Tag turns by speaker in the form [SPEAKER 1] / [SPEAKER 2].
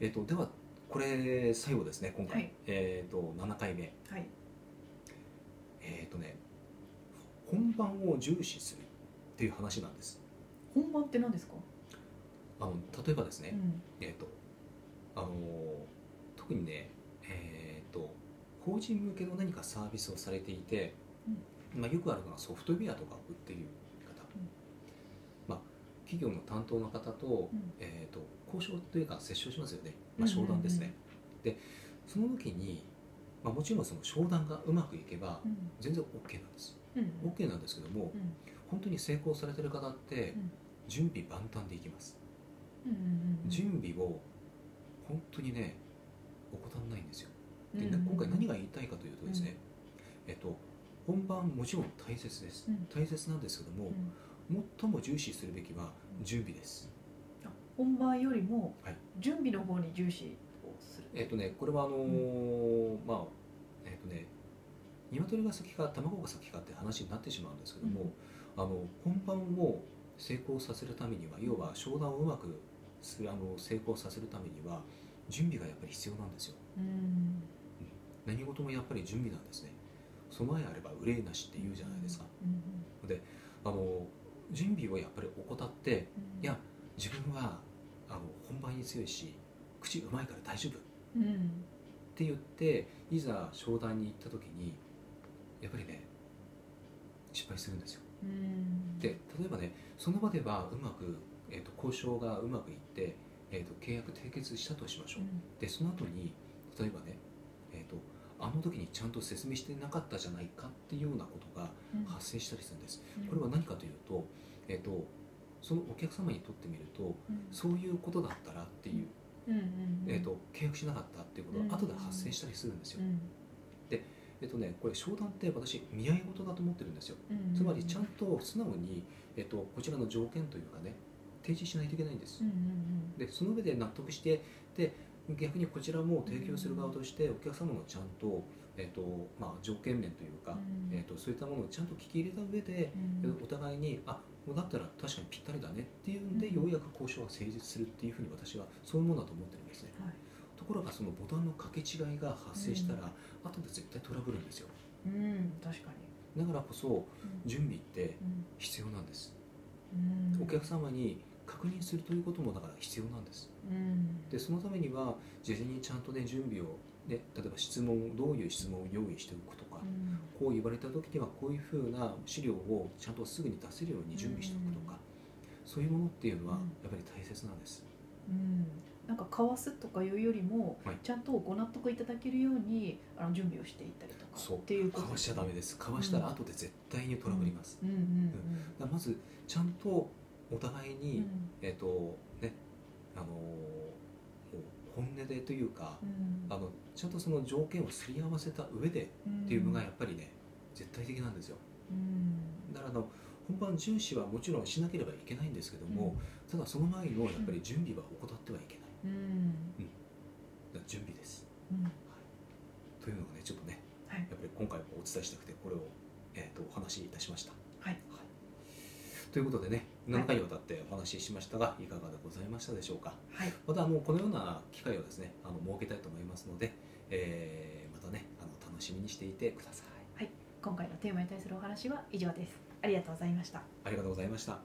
[SPEAKER 1] えっと、ではこれ最後ですね今回、
[SPEAKER 2] はい
[SPEAKER 1] えっと7回目
[SPEAKER 2] はい
[SPEAKER 1] えっとね本番を重視するっていう話なんです
[SPEAKER 2] 本番って何ですか、
[SPEAKER 1] あの例えばです
[SPEAKER 2] う
[SPEAKER 1] ね、
[SPEAKER 2] ん、
[SPEAKER 1] えっとあのー特にねえっと法人向けの何かサービスをされていて、まあ、よくあるのがソフトウェアとか売っている方、
[SPEAKER 2] うん
[SPEAKER 1] まあ、企業の担当の方と,、
[SPEAKER 2] うん
[SPEAKER 1] えっと交渉というか折衝しますよね、
[SPEAKER 2] うんうんう
[SPEAKER 1] まあ、
[SPEAKER 2] ん
[SPEAKER 1] 商談ですね、でその時に、まあ、もちろんその商談がうまくいけば
[SPEAKER 2] うん
[SPEAKER 1] 全然 OK なんです
[SPEAKER 2] うん
[SPEAKER 1] OK なんですけども
[SPEAKER 2] うん
[SPEAKER 1] 本当に成功されてる方って
[SPEAKER 2] うん
[SPEAKER 1] 準備万端でいきます
[SPEAKER 2] うんうんうん
[SPEAKER 1] 準備を本当にね怠らないんですよで、
[SPEAKER 2] うんうん
[SPEAKER 1] 今回何が言いたいかというとですね、えっと本番もちろん大切です、
[SPEAKER 2] うん
[SPEAKER 1] 大切なんですけども、
[SPEAKER 2] うん
[SPEAKER 1] 最も重視するべきは準備です、
[SPEAKER 2] あ本番よりも
[SPEAKER 1] はい
[SPEAKER 2] 準備の方に重視をする、
[SPEAKER 1] えっとねこれはあのーまあえっとね鶏が先か卵が先かって話になってしまうんですけども、あの本番を成功させるためには要は商談をうまくするあの成功させるためには準備がやっぱり必要なんですよ
[SPEAKER 2] うん
[SPEAKER 1] 何事もやっぱり準備なんですね備えあれば憂いなしって言うじゃないですか、
[SPEAKER 2] うん
[SPEAKER 1] あの準備をやっぱり怠って
[SPEAKER 2] うんうん
[SPEAKER 1] いや自分はあの本番に強いし口うまいから大丈夫っ
[SPEAKER 2] うん
[SPEAKER 1] て言っていざ商談に行った時にやっぱりね失敗するんですよ
[SPEAKER 2] うん
[SPEAKER 1] で例えばねその場ではうまく、えー、と交渉がうまくいって、えー、と契約締結したとしましょう、
[SPEAKER 2] うん
[SPEAKER 1] でその後に例えばね、えー、とあの時にちゃんと説明してなかったじゃないかっていうようなことが
[SPEAKER 2] うん
[SPEAKER 1] 発生したりするんです、
[SPEAKER 2] うん
[SPEAKER 1] これは何かというと,、えー、とそのお客様にとってみると
[SPEAKER 2] うん
[SPEAKER 1] そういうことだったらっていう、
[SPEAKER 2] うんうんうん
[SPEAKER 1] えー、と契約しなかったっていうことが後で発生したりするんですよ、
[SPEAKER 2] うん
[SPEAKER 1] えっ、とねこれ商談って私見合い事だと思ってるんですよ
[SPEAKER 2] うん
[SPEAKER 1] つまりちゃんと素直に、えー、とこちらの条件というかね提示しないといけないんです
[SPEAKER 2] うんうん
[SPEAKER 1] でその上で納得してで逆にこちらも提供する側としてお客様のちゃんと,、えーとまあ、条件面というか、
[SPEAKER 2] うん
[SPEAKER 1] えー、とそういったものをちゃんと聞き入れた上で、
[SPEAKER 2] うん
[SPEAKER 1] でお互いにあもうだったら確かにぴったりだねっていうんで、
[SPEAKER 2] うん
[SPEAKER 1] ようやく交渉が成立するっていうふうに私はそういうものだと思ってるんですね
[SPEAKER 2] はい
[SPEAKER 1] ところがそのボタンの掛け違いが発生したら、後で絶対トラブルんですよ
[SPEAKER 2] うん確かに
[SPEAKER 1] だからこそ
[SPEAKER 2] うん
[SPEAKER 1] 準備って
[SPEAKER 2] うん
[SPEAKER 1] 必要なんです、
[SPEAKER 2] うん
[SPEAKER 1] お客様に確認するということもだから必要なんです
[SPEAKER 2] うん
[SPEAKER 1] でそのためには事前にちゃんとね準備を、ね、例えば質問どういう質問を用意しておくとか、
[SPEAKER 2] うん
[SPEAKER 1] こう言われた時にはこういうふうな資料をちゃんとすぐに出せるように準備しておくとか、そういうものっていうのは
[SPEAKER 2] うん
[SPEAKER 1] やっぱり大切なんです、
[SPEAKER 2] うんなんかかわすとかいうよりも、
[SPEAKER 1] はい
[SPEAKER 2] ちゃんとご納得いただけるようにあの準備をしていったりとか
[SPEAKER 1] そう
[SPEAKER 2] っていうこ
[SPEAKER 1] か
[SPEAKER 2] と
[SPEAKER 1] わしちゃ
[SPEAKER 2] だ
[SPEAKER 1] ダメですかわしたら後で絶対にトラブります、
[SPEAKER 2] うんうん
[SPEAKER 1] だからまずちゃんとお互い
[SPEAKER 2] うん
[SPEAKER 1] に、えっ、とねあのーもう本音でというか、
[SPEAKER 2] うん
[SPEAKER 1] あのちゃんとその条件をすり合わせた上で
[SPEAKER 2] うん
[SPEAKER 1] っていうのがやっぱりね絶対的なんですよ
[SPEAKER 2] うん
[SPEAKER 1] だからあの本番重視はもちろんしなければいけないんですけども、ただその前のやっぱり準備は怠ってはいけない
[SPEAKER 2] うん
[SPEAKER 1] だから準備です
[SPEAKER 2] うん
[SPEAKER 1] というのがねちょっとね、
[SPEAKER 2] はい
[SPEAKER 1] やっぱり今回もお伝えしたくてこれを、えー、とお話しいたしました
[SPEAKER 2] はい
[SPEAKER 1] ということでね
[SPEAKER 2] はい
[SPEAKER 1] 7回にわたってお話ししましたが、い、かがでございましたでしょうか
[SPEAKER 2] はい
[SPEAKER 1] またあのこのような機会をですねあの設けたいと思いますので、えーまたねあの楽しみにしていてください
[SPEAKER 2] 今回のテーマに対するお話は以上ですありがとうございました
[SPEAKER 1] ありがとうございました